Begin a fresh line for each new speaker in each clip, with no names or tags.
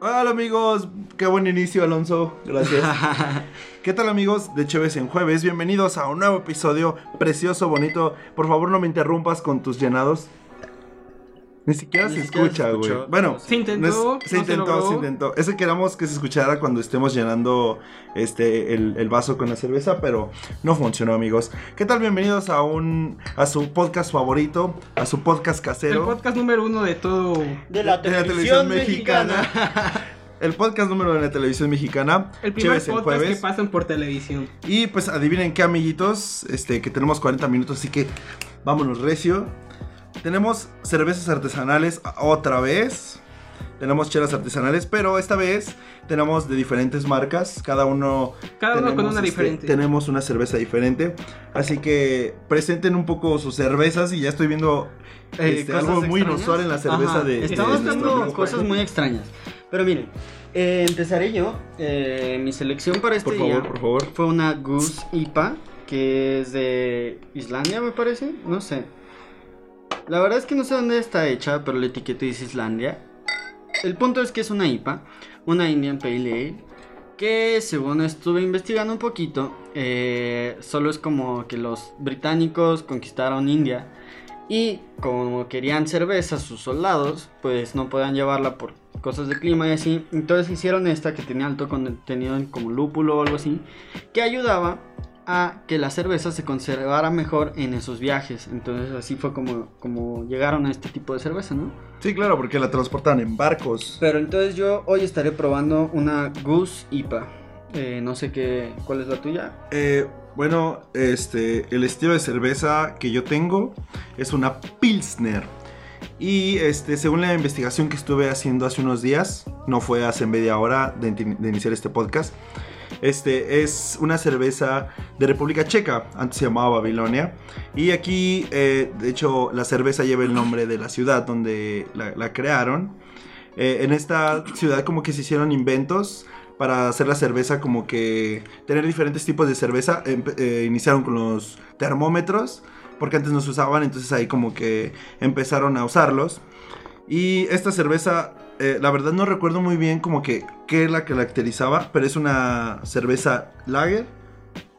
Hola amigos, qué buen inicio Alonso, gracias. ¿Qué tal amigos de Chéves en Jueves? Bienvenidos a un nuevo episodio precioso, bonito. Por favor no me interrumpas con tus llenados. Ni siquiera
Ni
se
siquiera se
escucha, güey.
escuchó.
Bueno,
Se
no es-
intentó.
se
no
intentó,
logró.
se intentó. Ese queramos que se escuchara cuando estemos llenando este el, el vaso con la cerveza, pero no funcionó, amigos. ¿Qué tal? Bienvenidos a un a su podcast favorito, a su podcast
El
casero.
podcast número uno de todo.
De la
de la
televisión, mexicana.
El podcast número uno de la televisión mexicana.
El primer
Chéves en
podcast que
jueves.
pasan por televisión.
Y pues adivinen qué, amiguitos. Este, que tenemos 40 minutos, así que vámonos recio. Tenemos cervezas artesanales a- otra vez. Tenemos chelas artesanales, pero esta vez tenemos de diferentes marcas. Cada uno.
Cada uno con
tenemos,
una
este,
diferente.
Tenemos una cerveza diferente. Así que presenten un poco sus cervezas. Y ya estoy viendo
Eh,
este,
cosas
algo muy
extrañas.
inusual en la Este, cerveza
Ajá,
de. de
Estamos
nuestro
dando
amigo.
cosas muy extrañas. Pero miren, eh, empezaré yo. Eh, mi selección para este
Por
día
favor, por favor.
fue una Goose IPA que es de Islandia, me parece. No sé. La verdad es que no sé dónde está hecha, pero la etiqueta dice Islandia. El punto es que es una IPA, una Indian Pale Ale, que según estuve investigando un poquito, eh, solo es como que los británicos conquistaron India y como querían cerveza sus soldados, pues no podían llevarla por cosas de clima y así. Entonces hicieron esta que tenía alto contenido en como lúpulo o algo así, que ayudaba a que la cerveza se conservara mejor en esos viajes. Entonces así fue como, como llegaron a este tipo de cerveza, ¿no?
Sí, claro, porque la transportan en barcos.
Pero entonces yo hoy estaré probando una Goose IPA. Eh, no sé qué, cuál es la tuya.
Eh, bueno, este, el estilo de cerveza que yo tengo es una Pilsner. Y este, según la investigación que estuve haciendo hace unos días, no fue hace media hora de, inti- de iniciar este podcast, este es una cerveza de República Checa, antes se llamaba Babilonia. Y aquí, eh, de hecho, la cerveza lleva el nombre de la ciudad donde la, la crearon. Eh, en esta ciudad como que se hicieron inventos para hacer la cerveza, como que tener diferentes tipos de cerveza. Empe- eh, iniciaron con los termómetros, porque antes no se usaban, entonces ahí como que empezaron a usarlos. Y esta cerveza, eh, la verdad no recuerdo muy bien como que qué la caracterizaba, pero es una cerveza lager,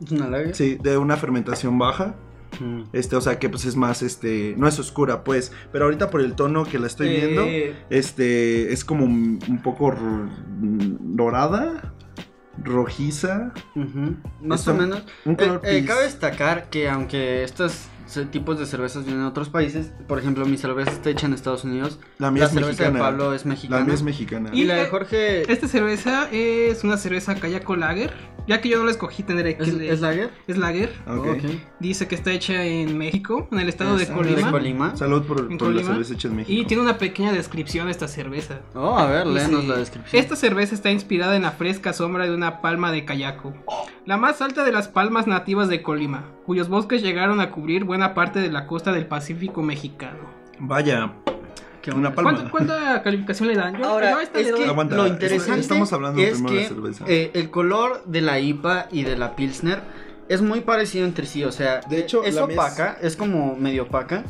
¿Es una lager?
sí, de una fermentación baja.
Mm.
Este, o sea que pues es más, este, no es oscura pues, pero ahorita por el tono que la estoy viendo,
Eh,
este, es como un un poco r- mm, dorada, rojiza,
ujú, Más
Está-
o menos.
un
Eh,
color
eh,
pis.
cabe destacar que aunque estos se- tipos de cervezas vienen de otros países, por ejemplo, mi cerveza está hecha en Estados Unidos.
La mía
La
es
cerveza
mexicana.
de Pablo es
La
mexicana.
mía es mexicana.
y la de
Y-
Jorge es,
Esta cerveza es una cerveza Kayako Lager. Ya que yo no la escogí, tendré que. le-
es lager.
es Lager.
Ok.
Ok.
Dice que está hecha en México, en el estado de
Exacto.
Colima.
De Colima.
Salud por,
¿En
por la
Colima?
cerveza hecha en México.
Y tiene una pequeña descripción de esta cerveza.
Oh, a ver,
Dice,
léenos la descripción.
Esta cerveza está inspirada en la fresca sombra de una palma de Kayako, la más alta de las palmas nativas de Colima, cuyos bosques llegaron a cubrir buena parte de la costa del Pacífico mexicano.
Vaya,
Qué
una
bueno.
palma.
¿Cuánto- ¿Cuánta calificación le dan? Yo, yo a
Ahora,
esta
es
le doy-
que
Aguanta,
lo
es-
interesante
estamos hablando
es
primero
que
de cerveza.
eh, el color de la IPA y de la Pilsner es muy parecido entre sí, o sea,
De hecho,
es
la mía es-
opaca, es... como medio opaca,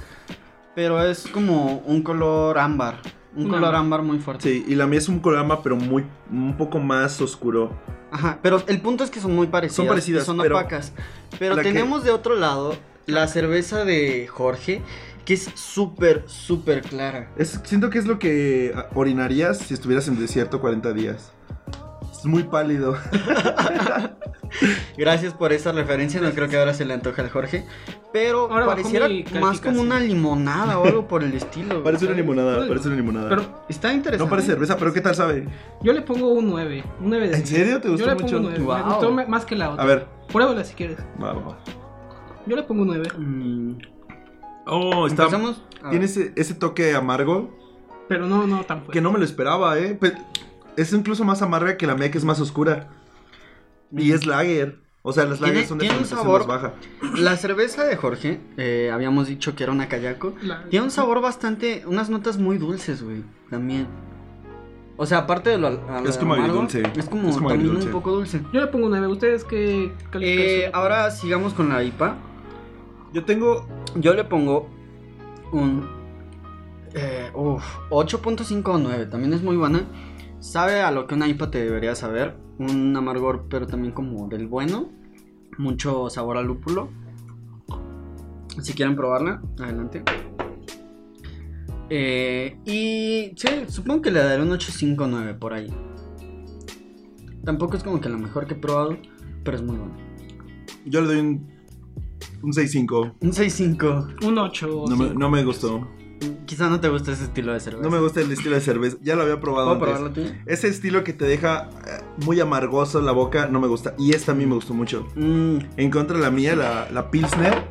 pero es como un color ámbar, un
Un
color
ámbar.
ámbar muy fuerte.
sí, y la mía es un colorama, pero muy, un poco más oscuro.
Ajá, pero el punto es que son muy parecidas,
Son parecidas,
y son
pero-
opacas. Pero
la que-
tenemos de otro lado la cerveza de Jorge, que es súper, súper clara.
Es- siento que es lo que ah, orinarías si estuvieras en desierto 40 días. Es muy pálido.
Gracias por esa referencia, no creo que ahora se le antoja al Jorge. Pero
Ahora bajó
pareciera
mi
más como
calificación.
una limonada o algo por el estilo.
parece una
¿sabes?
limonada,
Uy,
parece una limonada.
pero
Está interesante.
no parece cerveza, pero ¿qué tal sabe?
yo le pongo un 9. Un 9 de
¿En
10.
serio? ¿Te
Yo
gustó
le pongo
mucho?
un 9. Me
Wow.
gustó me- más que la otra.
A ver,
Pruébala si quieres.
va, va, va.
Yo le pongo un 9.
Mm,
Oh,
empezamos. A ver.
Tiene ese, ese toque amargo
Pero no, no tan
que
fuerte.
no me lo esperaba, ¿eh? Pe- Es incluso más amarga que la mía, que es más oscura. Y es lager. O sea, las
Tiene-
lagers son de
tiene un
fermentación
sabor-
más baja.
La cerveza de Jorge, eh, habíamos dicho que era una callaco.
La-
Tiene un sabor bastante. Unas notas muy dulces, güey. También. O sea, aparte de lo. al- al-
Es como
amargo,
agridulce.
Es como,
Es como
también
agridulce.
un poco dulce.
Yo le pongo un 9. ¿Ustedes qué calificación?
Eh, ahora sigamos con la IPA.
Yo tengo
Yo le pongo un eh, uf, 8.5 o 9, también es muy buena. Sabe a lo que una IPA te debería saber. Un amargor, pero también como del bueno. Mucho sabor a lúpulo. Si quieren probarla, adelante. Eh, y sí, supongo que le daré un 859 por ahí. Tampoco es como que la mejor que he probado, pero es muy buena.
Yo le doy un, un 6.5.
Un 65.
Un 8.
Oh,
No me, no me gustó.
Quizá no te gusta ese estilo de cerveza.
No me gusta el estilo de cerveza. Ya lo había probado
¿Puedo
antes.
probarlo tú?
Ese estilo que te deja eh, muy amargoso la boca no me gusta. Y esta a mí me gustó mucho.
Mm,
En contra de la mía, la, la Pilsner,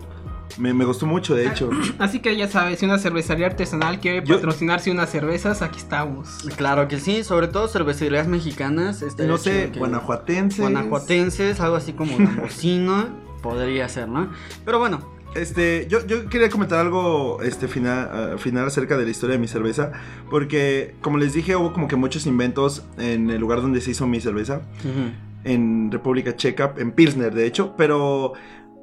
me, me gustó mucho,
Ah,
de hecho.
Así que ya sabes, si una cervecería artesanal quiere
Yo-
patrocinarse unas cervezas, aquí estamos.
claro que sí, sobre todo cervecerías mexicanas. estaría
No sé,
chido que-
guanajuatense.
Guanajuatenses, algo así como Tambocino, podría ser, ¿no? Pero bueno,
Este, yo, yo quería comentar algo este, final, ah, final acerca de la historia de mi cerveza, porque como les dije, hubo como que muchos inventos en el lugar donde se hizo mi cerveza, en República Checa, en Pilsner de hecho, pero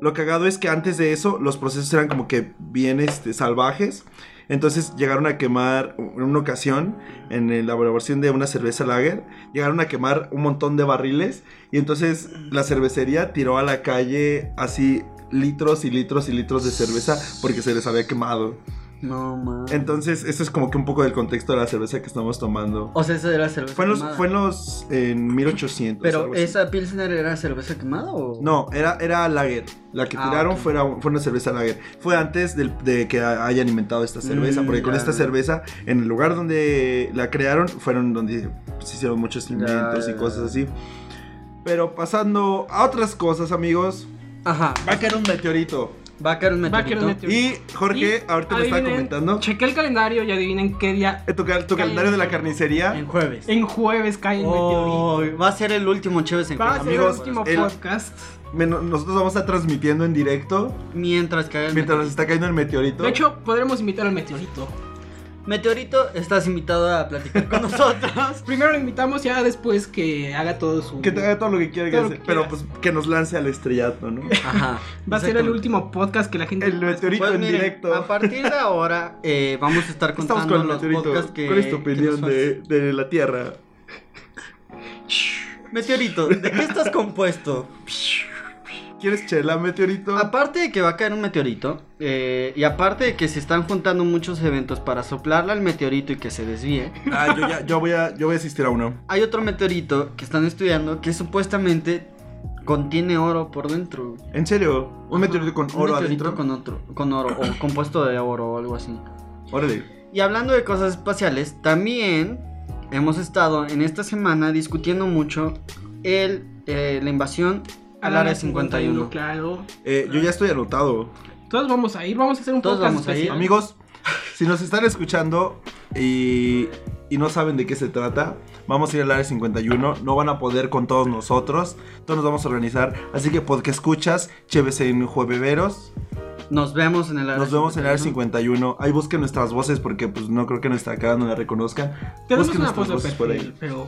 lo cagado es que antes de eso los procesos eran como que bien este, salvajes, entonces llegaron a quemar, en una ocasión, en la elaboración de una cerveza lager, llegaron a quemar un montón de barriles y entonces la cervecería tiró a la calle así litros y litros y litros de cerveza porque se les había quemado.
no mames.
Entonces, eso es como que un poco del contexto de la cerveza que estamos tomando.
O sea, esa era cerveza
Fue en los,
quemada.
fue en los en 1800.
Pero
algo así.
esa Pilsner era cerveza quemada o.
No, era, era lager. La que
Ah,
tiraron
ok.
fue, fue una cerveza lager. Fue antes del- de que a- hayan inventado esta cerveza.
Mm,
porque con
ya.
esta cerveza, en el lugar donde la crearon, fueron donde se hicieron muchos
Ya,
inventos
ya,
y cosas
ya.
así. Pero pasando a otras cosas, amigos.
Ajá,
Va a caer un meteorito.
va a caer un
Va a caer
meteorito.
un
Y
meteorito.
Jorge,
Y
ahorita me está
adivinen,
comentando.
Chequé el calendario y adivinen qué día.
eh, Tu, cal- tu calendario de la carnicería.
En jueves.
En jueves cae el meteorito.
Oh, va a ser el último Chévez en
Va a
jueves.
ser el
amigos,
último
el-
podcast.
men- Nosotros vamos a estar transmitiendo en directo
Mientras cae el
mientras nos
meteorito.
está cayendo el meteorito.
De hecho, podremos invitar al meteorito.
Meteorito, estás invitado a platicar con nosotros.
Primero lo invitamos ya después que haga todo su.
que te haga todo lo que quiera que
Todo lo
hacer,
que
Pero
quieras.
pues que nos lance al estrellato, ¿no?
Ajá.
Va a ser el
exactamente.
último podcast que la gente.
El meteorito
Pues
en
miren,
directo.
A partir de ahora eh, vamos a estar
Estamos
contando
con el
los
meteorito.
podcasts que.
¿Cuál es tu
que
opinión
nos
de, de la Tierra?
faltan. Meteorito, ¿de qué estás compuesto?
¿Quieres chela, meteorito?
Aparte de que va a caer un meteorito, eh, y aparte de que se están juntando muchos eventos para soplarle al meteorito y que se desvíe,
Ah, yo, ya- yo voy a, yo voy a asistir a uno.
hay otro meteorito que están estudiando que supuestamente contiene oro por dentro.
¿En serio? ¿Un meteorito con
Un
oro
meteorito
adentro?
con otro, con oro, o compuesto de oro o algo así.
Órale.
Y hablando de cosas espaciales, también hemos estado en esta semana discutiendo mucho el, eh, la invasión al área 51.
Claro.
Eh, yo ya estoy anotado.
Todos vamos a ir, vamos a hacer un
Todos
podcast
vamos a ir.
especial.
Amigos, si nos están escuchando y, y no saben de qué se trata, vamos a ir al área 51. No van a poder con todos nosotros. Todos nos vamos a organizar. Así que, podcast escuchas, chévese en Jueveveros.
Nos vemos en el área
Nos vemos en el área 51. Ahí busquen nuestras voces porque pues no creo que nuestra cara no la reconozcan.
Tenemos
Busquen
una
nuestras
foto de
voces por
perfil, pero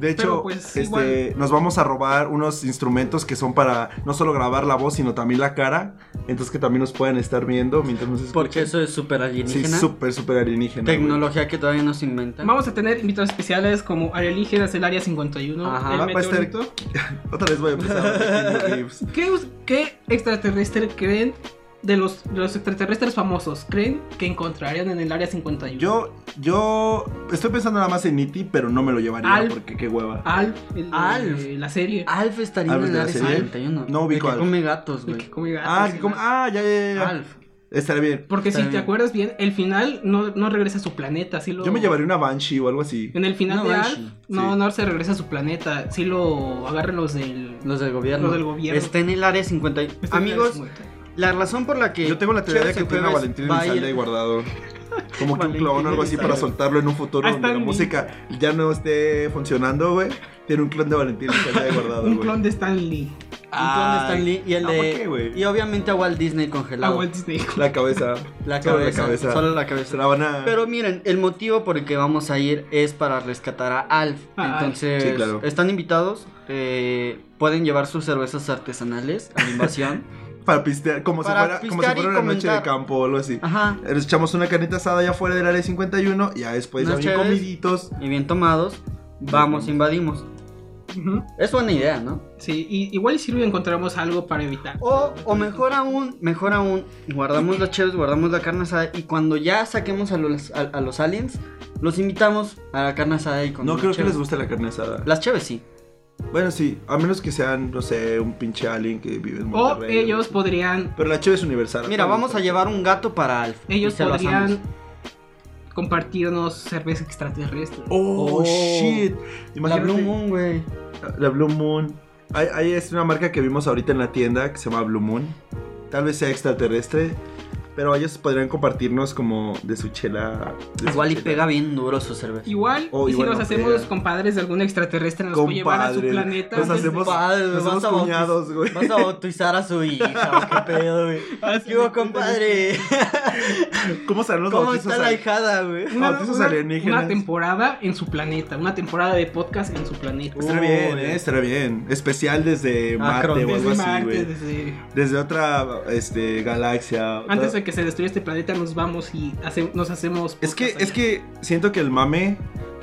De hecho,
Pero, pues,
este,
igual.
nos vamos a robar unos instrumentos que son para no solo grabar la voz, sino también la cara. Entonces que también nos pueden estar viendo mientras nos escuchan.
Porque eso es súper
Sí,
alienígena.
súper, súper alienígena. güey.
tecnología que todavía nos inventan.
vamos a tener invitados especiales como alienígenas del área 51,
Ajá.
Va-
el
va a estar-
meteorito.
Otra vez voy a empezar. a repetir riffs.
¿Qué, us- qué extraterrestre creen de los, de los extraterrestres famosos? ¿Creen que encontrarían en el área 51?
yo, yo estoy pensando nada más en Iti, pero no me lo llevaría
Al-
porque qué hueva.
Alf, el de
Alf.
la serie.
Alf estaría
Alf
en el
de la
área
serie.
51.
No
El
ubico
que
a Alf.
come gatos,
El que
güey.
come gatos
Ah,
y
que como-
demás.
ah, ya, ya, ya.
Alf.
Estará bien.
Porque si
Está
te
bien.
acuerdas bien, el final no, no regresa a su planeta. sí lo-
Yo me llevaría una Banshee o algo así.
En el final
Una
de Alf,
Banshee,
no,
sí.
no se regresa a su planeta. Sí lo agarran los del.
Los del gobierno.
Los del gobierno.
Está en el área 51.
este
Amigos,
final es muerto.
la razón por la que.
Yo tengo la teoría de
Chévez
que
en
tiene a
Jueves
Valentín
va a ir-
Elizalde ahí guardado. Como que un
Valentín
clon o algo así para
Elizalde.
soltarlo en un futuro
Ah,
donde la
Stanley.
música ya no esté funcionando, güey. Tiene un clon de Valentín Elizalde ahí guardado, güey.
Un clon de Stan Lee.
Entonces, Stan
Ay.
Lee y el
Ah,
de-
¿por qué, güey?
y obviamente a Walt Disney
A
congelado.
Walt Disney.
La cabeza.
La
Solo
cabeza, Solo la cabeza.
Se la van a.
Pero miren, el motivo por el que vamos a ir es para rescatar a Alf.
Ah,
Entonces,
Alf. Sí, claro.
están invitados. eh, pueden llevar sus cervezas artesanales a la invasión.
Para pistear. Como,
Para
si fuera, como si
pistear
fuera
y
una noche de
comentar.
campo o algo así.
Ajá.
Les echamos una canita asada allá afuera del área 51. Y ya después ya
Unas
bien
cheves.
comiditos.
Y bien tomados. Vamos, invadimos.
Ujú.
Es buena idea, ¿no?
Sí, y igual y sirve encontramos algo para evitar.
O, o mejor aún, mejor aún, guardamos las chaves, guardamos la carne asada y cuando ya saquemos a los, a, a los aliens, los invitamos a la carne asada y con
No
las
creo que
cheves.
les guste la carne asada.
Las chaves sí.
Bueno, sí, a menos que sean, no sé, un pinche alien que vive en
O
Monterrey.
ellos podrían,
Pero la cheve es universal.
Mira, vamos a llevar un gato para Alf. y
ellos
se lo
podrían
asamos.
compartirnos cerveza extraterrestre.
Oh,
Oh.
shit.
La
Imagínate.
Blue Moon, güey.
La Blue Moon. Hay, hay, es una marca que vimos ahorita en la tienda que se llama Blue Moon. Tal vez sea extraterrestre. Pero ellos podrían compartirnos como de su chela. de su
Igual y
chela.
pega bien duro su cerveza.
Igual,
Oh,
y si
igual
nos
no
hacemos
pega.
los compadres de algún extraterrestre, nos puede llevar a su
Compadre,
planeta.
nos
antes de-
hacemos-
Padre,
Nos somos
a bautiz-
cuñados, güey.
Vas a bautizar a su hija, o qué pedo, güey.
Así
¿Qué hubo,
de-
compadre?
¿Cómo serán los
¿Cómo
bautizos
está la
ahí?
hijada, güey?
Una,
Bautizos
una-
alienígenas.
una temporada en su planeta, una temporada de podcast en su planeta.
Estará
Uy.
bien, eh, estará bien. Especial desde Marte o
Acron,
algo
Desde
así,
Marte,
güey.
desde-
Desde otra este, galaxia. otra-
Antes de que se destruya este planeta, nos vamos y hace- nos hacemos.
Es que,
podcast
es
allá.
que siento que el mame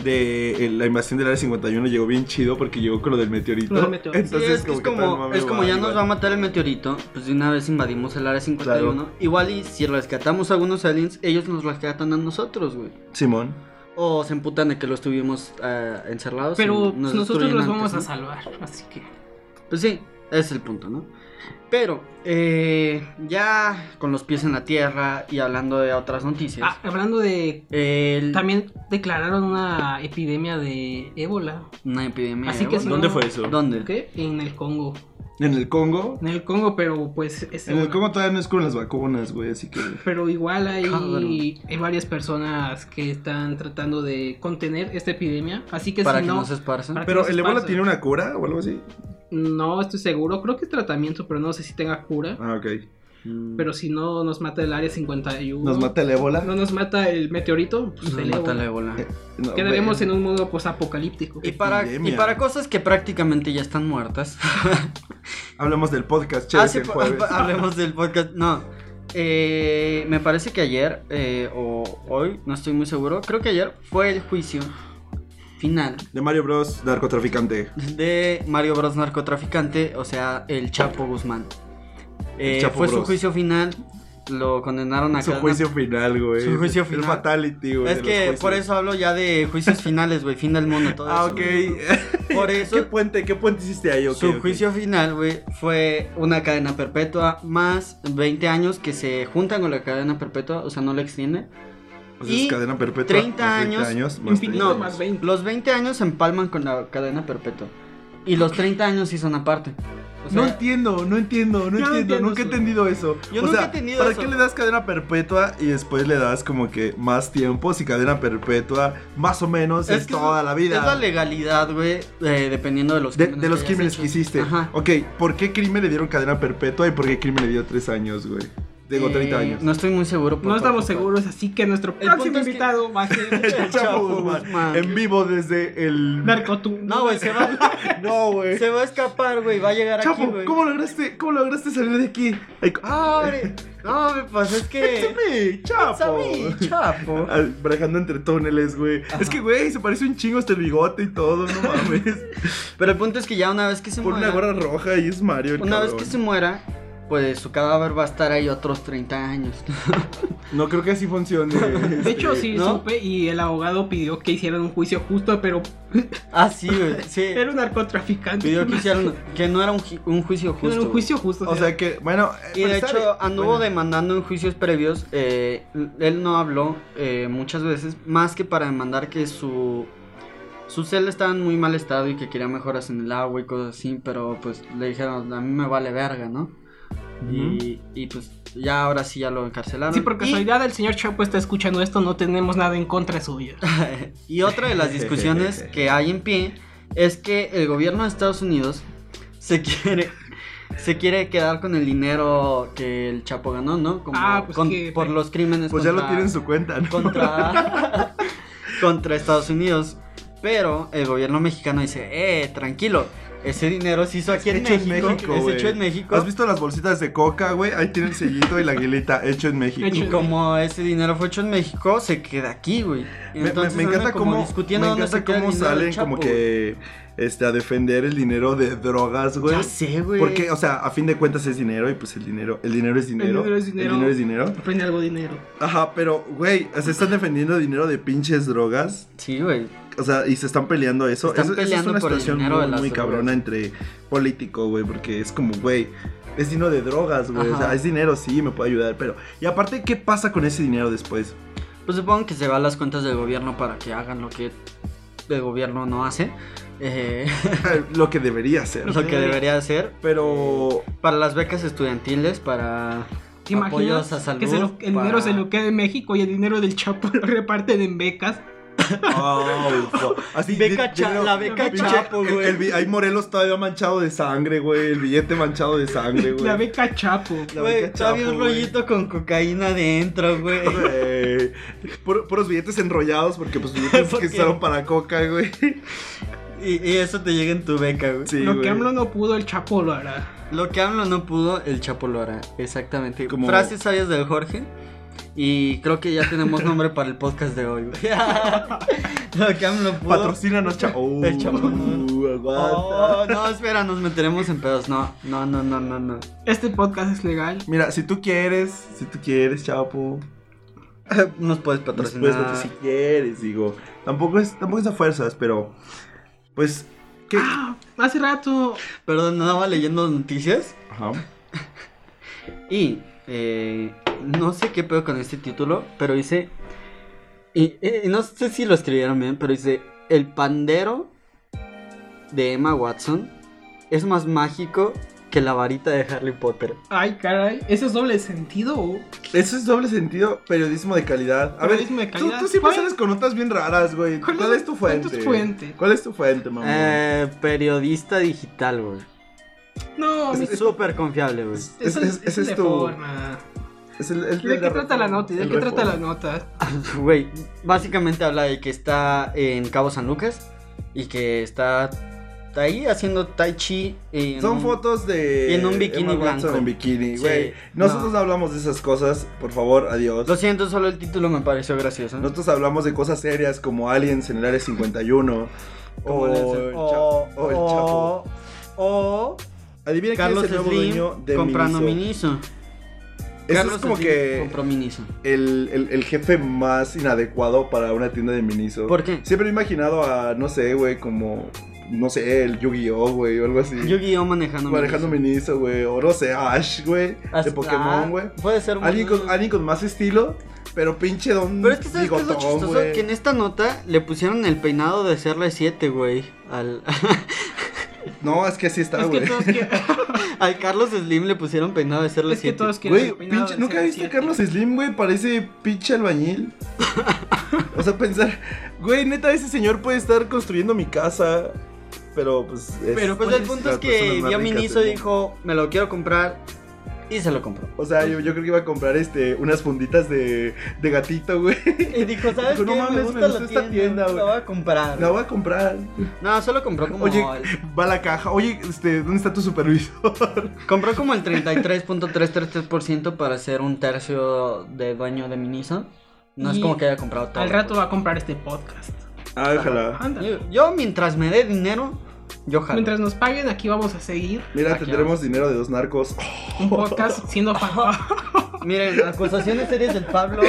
de el- la invasión del Área 51 llegó bien chido porque llegó con lo del meteorito.
Lo del meteorito.
Sí, es que es
que todo el
como,
mame
es como
va
ya
igual.
nos va a matar el meteorito, pues de una vez invadimos el área 51. Igual y si rescatamos a algunos aliens, ellos nos rescatan a nosotros, güey.
Simón.
O se emputan de que los tuvimos eh, encerrados.
Pero
y
pues,
nos
nosotros
destruyen
los
antes,
vamos
¿no?
a salvar, así que.
Pues sí, ese es el punto, ¿no? Pero, eh, ya con los pies en la tierra y hablando de otras noticias.
Ah, hablando de.
el-
También declararon una epidemia de ébola.
Una epidemia.
Así
¿eh?
que si
¿Dónde
no-
fue eso?
¿Dónde?
¿Qué? En el Congo.
En el Congo.
En el Congo, pero pues. es
En el
ébola.
Congo todavía no es con las vacunas, güey, así que.
Ah,
Pero igual
Cabrón.
hay, hay varias personas que están tratando de contener esta epidemia. Así que
Para
si
que
no,
no se esparzan.
para-
Pero
se
el ébola
esparza.
tiene una cura o algo así.
no estoy seguro. Creo que es tratamiento, pero no sé si tenga cura.
Ah, ok.
Mm.
Pero si no nos mata el área 51.
Nos mata el ébola.
No nos mata el meteorito. Pues
Nos
el
mata
ébola.
la ébola.
No,
Quedaremos
ve-
en un mundo posapocalíptico.
Y para, y
Epidemia.
para cosas que prácticamente ya están muertas.
Hablemos del podcast, che,
Ah, sí,
el
pa-
jueves.
pa- hablemos del podcast. No. Eh, me parece que ayer eh, o hoy, no estoy muy seguro. Creo que ayer fue el juicio final
De Mario Bros, narcotraficante.
de Mario Bros. Narcotraficante, o sea, el Chapo Guzmán. Eh,
El Chapo
fue su
Bros.
juicio final. Lo condenaron a
Su
cadena-
juicio final, güey.
Su juicio
El
final.
fatality, güey.
Es
de
que
los juicios.
por eso hablo ya de juicios finales, güey, fin del mundo, todo
Ah,
eso,
ok.
güey. Por eso
¿Qué puente, qué puente hiciste ahí? ok,
Su
ok.
juicio final, güey, fue una cadena perpetua más 20 años que se juntan con la cadena perpetua, o sea, no la extiende.
O sea, es
Y
cadena perpetua.
30
más
años,
más 30
infinito
no,
más
años.
20.
Los 20 años se empalman con la cadena perpetua. Y los 30 años sí son aparte. O sea,
no entiendo, no entiendo, no
Yo no
entiendo,
entiendo
nunca he
eso.
entendido eso.
Yo
o
nunca
sea,
he entendido
¿para
eso.
qué le das cadena perpetua y después le das como que más tiempo si cadena perpetua más o menos es,
que
toda
es-
la vida?
Es la legalidad, güey, eh, dependiendo de los
De, de los
hayas
crímenes que
hecho.
hiciste.
Ajá.
Ok, ¿por qué crimen le dieron cadena perpetua y por qué crimen le dio 3 años, güey? Digo,
Eh,
30 años.
No estoy muy seguro. por
No estamos
favor.
seguros, así que nuestro próximo
punto es que-
invitado va a ser
El Chapo Guzmán,
Guzmán.
En vivo desde el.
Narcotum.
No, güey, se va,
No, güey.
se va a escapar, güey, va a llegar
Chapo,
aquí, güey.
¿cómo lograste, ¿cómo lograste salir de aquí? Ay, co-
Ah, hombre. No, hombre, pues es que...
¡Sammy, Chapo!
Sammy, Chapo.
Al- Viajando entre túneles, güey. Es que, güey, se parece un chingo hasta el bigote y todo, no mames.
Pero el punto es que ya una vez que se
Por una
muera,
gorra roja y es Mario. el
una vez
cabrón.
que se muera, pues su cadáver va a estar ahí otros 30 años.
No creo que así funcione.
De hecho, sí
¿no?
supe y el abogado pidió que hicieran un juicio justo, pero
ah, sí, güey, sí.
era un narcotraficante.
Pidió que hicieran que no era un, ju- un juicio
Que
justo.
no era un
güey.
juicio justo.
O sea que, bueno. eh,
Y
pero
de
está
hecho
bien.
anduvo
Bueno,
demandando en juicios previos, eh, él no habló eh, muchas veces, más que para demandar que su, su celda estaba en muy mal estado y que quería mejoras en el agua y cosas así, pero pues le dijeron, a mí me vale verga, ¿no? y, y, pues ya ahora sí ya lo encarcelaron.
si por
Y-
casualidad el señor Chapo está escuchando esto, no tenemos nada en contra de su vida.
y otra de las discusiones que hay en pie es que el gobierno de Estados Unidos se quiere se quiere quedar con el dinero que el Chapo ganó, ¿no? Como
Ah, pues
con-
que-
por los crímenes
Pues ya
contra,
lo tiene en su cuenta, ¿no?
contra contra Estados Unidos, pero el gobierno mexicano dice, "Eh, tranquilo, ese dinero se hizo aquí en
hecho en
México,
México,
es
güey.
hecho en México."
¿Has visto las bolsitas de coca, güey? Ahí tiene el sellito y la aguilita, hecho en México.
Hecho
Y
en-
como ese dinero fue hecho en México, se queda aquí, güey.
Me- me- me,
Entonces andan
encanta
como
cómo,
discutiendo
me
dónde
encanta
sacar el
cómo
dinero el
salen como
Chapo,
que este, a defender el dinero de drogas, güey.
Ya sé, güey.
Porque, o sea, a fin de cuentas es dinero y pues el dinero, el dinero es dinero.
dinero es dinero.
es dinero.
Aprende algo de dinero.
Ajá, pero, güey, se están defendiendo dinero de pinches drogas.
Sí, güey.
O sea, y se están peleando eso.
Están
Eso- eso
peleando
es
por
una
el
situación
dinero de
muy,
las
muy
drogas.
cabrona entre político, güey, porque es como, güey, es dinero de drogas, güey. O sea,
Ajá.
es dinero, sí, me puede ayudar, pero. Y aparte, ¿qué pasa con ese dinero después?
Pues supongo que se va a las cuentas del gobierno para que hagan lo que el gobierno no hace. eh,
Lo que debería ser.
lo que debería hacer.
Pero.
Para las becas estudiantiles, para
¿Te imaginas
apoyos a salud.
que se lo- el
para-
dinero se lo queda en México y el dinero del Chapo lo reparten en becas?
Oh, fu- así,
Beca
di-
cha-
dinero-
la beca
pinche-
Chapo,
el-
güey.
el bi- Hay Morelos todavía manchado de sangre, güey. El billete manchado de sangre, güey.
La beca Chapo.
La
Güey,
beca
todavía
Chapo,
un
güey.
rollito con cocaína adentro, güey.
Güey. Puro- puros billetes enrollados porque pues billetes
¿Por
que
qué?
usaron para coca, güey.
Y, y eso te llega en tu beca, güey.
Sí,
lo
güey.
que AMLO no pudo, el Chapo lo hará.
Lo que AMLO no pudo, el Chapo lo hará. Exactamente.
Como-
Frases sabias del Jorge. Y creo que ya tenemos nombre para el podcast de hoy, güey. Lo que AMLO pudo.
Patrocínanos, chavo.
El chavo.
aguanta.
Oh, no, espera, nos meteremos en pedos. No, no, no, no, no, no.
Este podcast es legal.
Mira, si tú quieres, si tú quieres, chapo.
Nos puedes patrocinar.
Después, si quieres, digo. Tampoco es, tampoco es a fuerzas, pero. Pues. ¿qué?
Ah, hace rato.
Perdón, andaba leyendo noticias.
Ajá.
Y eh, no sé qué pedo con este título, pero dice. Y, y- y no sé si lo escribieron bien, pero dice: El pandero de Emma Watson es más mágico que la varita de Harry Potter.
Ay, caray. ¿Eso es doble sentido? o?
Eso es doble sentido, periodismo de calidad. A
Periodismo de
ver, tú-
calidad.
Tú, siempre
¿Cuál-
sales con notas bien raras, güey. ¿Cuál,
cuál
es tu
cuál
fuente?
es tu fuente?
¿Cuál es tu fuente, mamá?
Eh, periodista digital, güey.
No, mi-
Es súper confiable, güey.
eso
es-
es,
es-
eso
es
es
tu-
forma.
Es el- el-
¿De
el
qué trata la
reforma,
nota? ¿De
el
qué trata
reforma.
la nota?
Güey, básicamente habla de que está en Cabo San Lucas y que está ahí haciendo tai chi. en
Son
un-
fotos de.
y en un
Emma
bikini
Watson
blanco.
en bikini,
Sí,
güey. Nosotros hablamos de esas cosas, por favor, adiós.
Lo siento, solo el título me pareció gracioso.
Nosotros hablamos de cosas serias como aliens en el área 51.
Como
O el,
le
Chapo,
hacen-
o el Chapo.
o
Adivina
Carlos
quién es el nuevo dueño
Slim
de
comprando
Miniso.
Miniso.
Eso
Carlos
es como
Slim
que
compró Miniso.
el, el- el jefe más inadecuado para una tienda de Miniso.
¿Por qué?
Siempre me he imaginado a, no sé, güey, como, no sé, el Yu-Gi-Oh, güey, o algo así.
Yu-Gi-Oh manejando
Manejando Miniso, güey, o no sé, Ash, güey, de
Hasta-
Pokémon, güey.
Puede ser un-
Alguien con, alguien con más estilo, pero pinche don
Pero es que sabes que es lo
bigotón,
chistoso
güey.
que en esta nota le pusieron el peinado de CR7, güey, al
No, es que así está,
es
Ah, güey.
que todos quieren.
al Carlos Slim le pusieron peinado de CR7.
es que todos quieren.
Güey,
el peinado
pinche,
del
¿nunca viste a
07?
Carlos Slim, güey? Parece pinche albañil. o sea, pensar, güey, neta, ese señor puede estar construyendo mi casa. Pero pues. es-
Pero,
Pues el punto
las
es que
personas más
vio
ricas
Miniso y
del
dijo, "Me lo quiero comprar." Y se lo compró.
O sea, yo, yo creo que iba a comprar este unas funditas de, de gatito, güey.
Y dijo, ¿sabes
Dijo,
qué?
"No mames,
me
me
gusta
gustó
la
esta
tienda,
tienda, güey".
la voy a comprar.
La voy a comprar.
No, solo compró como
Oye,
el-
va a la caja. Oye, este, ¿dónde está tu supervisor?
compró como el 33.333% para ser un tercio de dueño de Miniso. No es
Y
como que haya comprado todo. pues.
Al rato va a comprar este podcast.
ah, ojalá.
Ándale.
Yo, yo mientras me dé dinero, yo jalo.
Mientras nos paguen, aquí vamos a seguir
Mira,
Aquí
tendremos dinero de dos narcos. Oh,
un podcast siendo fan.
Miren, acusaciones serias del Pablo.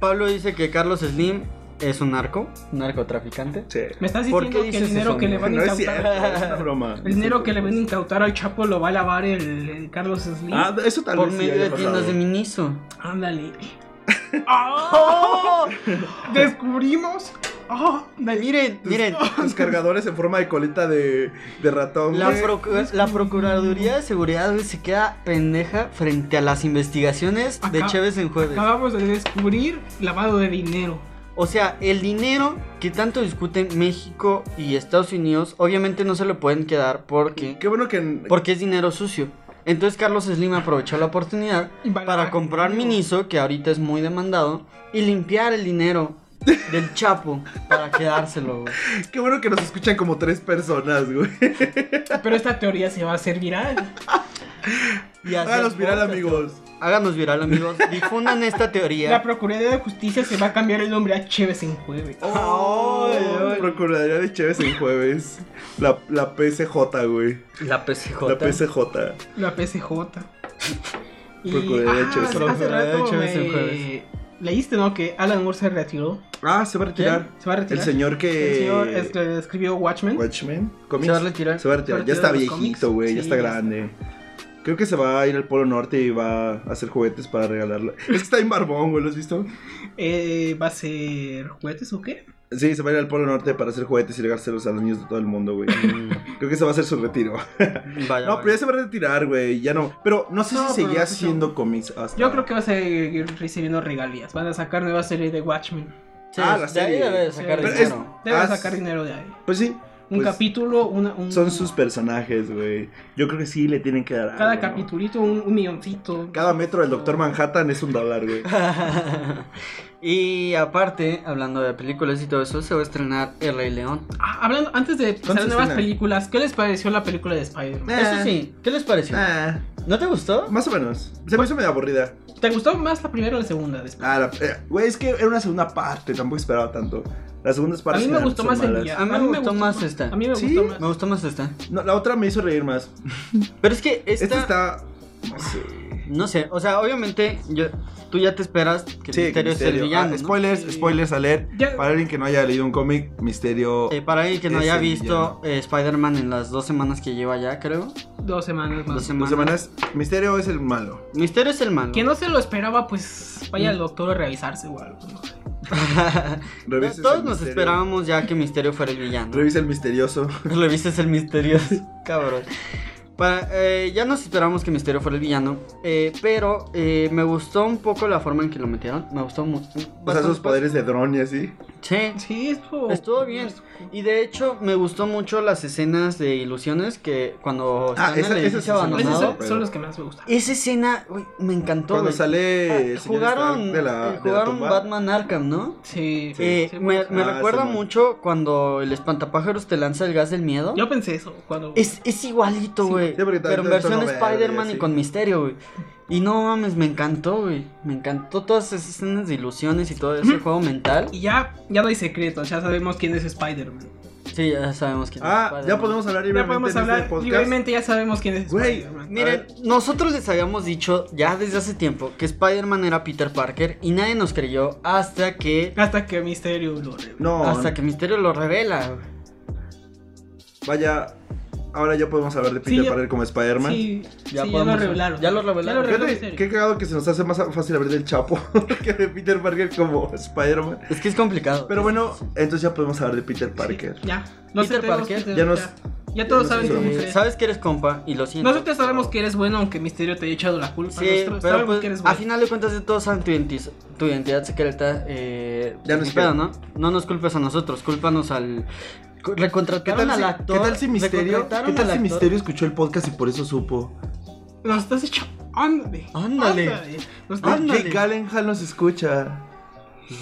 Pablo dice que Carlos Slim es un narco, un narcotraficante.
Sí.
Me estás
¿Por
diciendo
qué
que el
dices
dinero
eso,
que le
amigo?
van
No
a
es
incautar.
cierto, es una broma.
El dinero que le van a
ven
incautar al Chapo lo va a lavar el, el Carlos Slim.
Ah, eso tal
Por
vez sí
medio
haya
de tiendas
pasado.
de Miniso.
Ándale. ¡Ah! Descubrimos. ¡Ah! Ándale.
Miren,
Tus-
miren.
Tus cargadores en forma de colita de, de ratón.
La,
güey.
procu- la Procuraduría de Seguridad güey, se queda pendeja frente a las investigaciones de
Acá-
Chévez en jueves.
Acabamos de descubrir lavado de dinero.
O sea, el dinero que tanto discuten México y Estados Unidos, obviamente no se lo pueden quedar porque,
Qué bueno que.
porque es dinero sucio. Entonces Carlos Slim aprovechó la oportunidad
Y va a
para
lavar
comprar
dinero.
Miniso, que ahorita es muy demandado, y limpiar el dinero del Chapo para quedárselo. güey.
Qué bueno que nos escuchan como tres personas, güey.
Pero esta teoría se va a hacer viral.
Y hacer
Háganos viral,
cosas.
amigos.
háganos viral, amigos. Difundan esta teoría.
La Procuraduría de Justicia se va a cambiar el nombre a Chévez en jueves.
Ay, ay, Procuraduría de Chévez en jueves. La, la PCJ, güey.
La PCJ.
La PCJ.
La PCJ. Y- ah,
Procuraduría de Chévez en
hace
jueves. Procuraduría
rato
de Chévez en
me-
jueves.
Leíste, ¿no? Que Alan Moore se retiró.
Ah, se va a retirar.
Se va a retirar.
El señor que.
El señor, este, escribió Watchmen.
Watchmen.
Se
¿Cómics?
va a retirar.
Se va a retirar.
Se
Ya
va a
está
retirar de los
viejito,
cómics.
güey. ya
Sí,
está
ya
grande. Creo que se va a ir al Polo Norte y va a hacer juguetes para regalarlo. Es que está en barbón, güey. ¿Lo has visto?
Eh, ¿Va a ser juguetes o qué?
Sí, se va a ir al Polo Norte para hacer juguetes y regalárselos a los niños de todo el mundo, güey. Creo que ese va a ser su retiro.
Mm, Vaya,
No,
vaya.
pero ya se va a retirar, güey. Ya no. Pero no sé
No,
si
pero
seguía
sí, sí.
haciendo cómics hasta.
Yo creo que va a seguir recibiendo regalías. Van a sacar nueva serie de Watchmen.
Sí,
Ah, la
de ahí
serie.
debe de sacar
Pero
dinero.
Deben
Ah,
sacar
sí.
dinero de ahí.
Pues sí.
Un
pues,
capítulo, una, un...
Son sus Ah, personajes, güey. Yo creo que sí le tienen que dar.
Cada
algo, ¿no?
capitulito, un, un milloncito.
Cada metro del Doctor Manhattan es un dólar, güey.
y aparte, hablando de películas y todo eso, se va a estrenar El Rey León.
Ah, hablando, antes de empezar
se
nuevas
estrena?
películas, ¿qué les pareció la película de Spider-Man?
Eh.
Eso sí, ¿qué les pareció?
Ah,
¿No te gustó?
más o menos. Se me hizo medio aburrida.
¿Te gustó más la primera o la segunda? de Spider-Man?
Eh. Ah, la- eh, güey, es que era una segunda parte, tampoco esperaba tanto. Las segundas
a
partes.
mí me
generalmente
gustó
son
más el
malas.
día.
A mí me gustó más esta.
A mí me
¿Sí?
gustó
Me
más.
gustó más esta.
No, la otra me hizo reír más.
Pero es que esta,
Esta está. No sé.
No sé, o sea, obviamente, yo, tú ya te esperas que
Sí,
el misterio es el
Misterio.
villano.
Ah,
¿no?
spoilers,
Sí.
spoilers a leer.
Ya-
Para alguien que no haya leído un cómic, Misterio.
Eh, para alguien que no
Es
haya
el
visto eh, Spider-Man en las dos semanas que lleva ya, creo.
Dos semanas
Dos
más.
Dos
semanas.
semanas. Misterio es el malo.
Misterio es el malo.
Que no se lo esperaba, pues vaya al doctor a revisarse o algo. No sé.
Revises
Todos
el
nos
misterio.
esperábamos ya que Misterio fuera el villano.
Revisa el misterioso.
Revisas el misterioso, cabrón. Para, eh, ya nos esperamos que Misterio fuera el villano, eh, pero eh, me gustó un poco la forma en que lo metieron. Me gustó mucho.
O sea, sus poderes de dron y así.
Sí,
Sí, estuvo.
Estuvo bien. Y de hecho, me gustó mucho las escenas de ilusiones que cuando
Ah,
están
esa-
en el
esas
edificio
escenas.
Esos
abandonado.
son, son los que más me gustan.
Esa escena, güey, me encantó.
Cuando
güey. Ah,
sale el señor
jugaron,
Stark de la,
eh,
de la
jugaron
tumba.
Batman Arkham, ¿no?
Sí,
Eh,
sí, pues.
me
bueno.
me
Ah,
recuerda
Simón.
mucho cuando el espantapájaros te lanza el gas del miedo.
Yo pensé eso cuando.
Es, es igualito,
Sí,
güey.
sí, porque
pero en
tanto
versión
tono verde y
Spider-Man y
así.
con misterio, güey. Y no mames, me encantó, güey. Me encantó todas esas escenas de ilusiones y todo ese juego mental.
Y ya, ya no hay secretos, ya sabemos quién es Spider-Man.
Sí, ya sabemos que
Ah, ya podemos hablar
Ya
libremente
podemos
en este
hablar,
podcast.
libremente ya sabemos quién es
Güey,
Spider-Man.
Miren, nosotros les habíamos dicho ya desde hace tiempo que Spider-Man era Peter Parker y nadie nos creyó hasta que
Hasta que Misterio lo revele.
No,
hasta que Misterio lo revela.
vaya. Ahora ya podemos hablar de
Sí,
Peter
ya-
Parker como Spider-Man.
Sí,
Ya
ya, sí, ya
podemos-
lo revelaron.
ya lo revelaron.
Ya lo
Fíjate,
Misterio.
qué cagado que se nos hace más fácil hablar del Chapo que de Peter Parker como Spider-Man.
Es que es complicado.
Pero bueno, entonces ya podemos hablar de Peter Parker.
Sí, ya.
Peter
tenemos
Parker.
que-
Ya nos-
ya, ya todos
nos
saben
hizo
cómo
mucho.
es.
sabes que eres compa y lo siento.
Nosotros sabemos que eres bueno, aunque Misterio te haya echado la culpa.
Sí,
Nosotros
pero
sabemos
pues,
que eres
a
bueno.
final de cuentas de todos saben tu, identi- tu identidad secreta. Eh,
Ya no es
ni pedo, ¿no? No nos culpes a nosotros, culpanos al cu-
¿Qué
recontrataron
tal,
al
si,
actor.
¿Qué tal si Misterio?
recontrataron
¿Qué tal
al
si
actor.
Misterio escuchó el podcast y por eso supo?
Nos estás echando. Ándale.
Ándale.
Nos estás-
Ándale.
Jake Gyllenhaal nos escucha.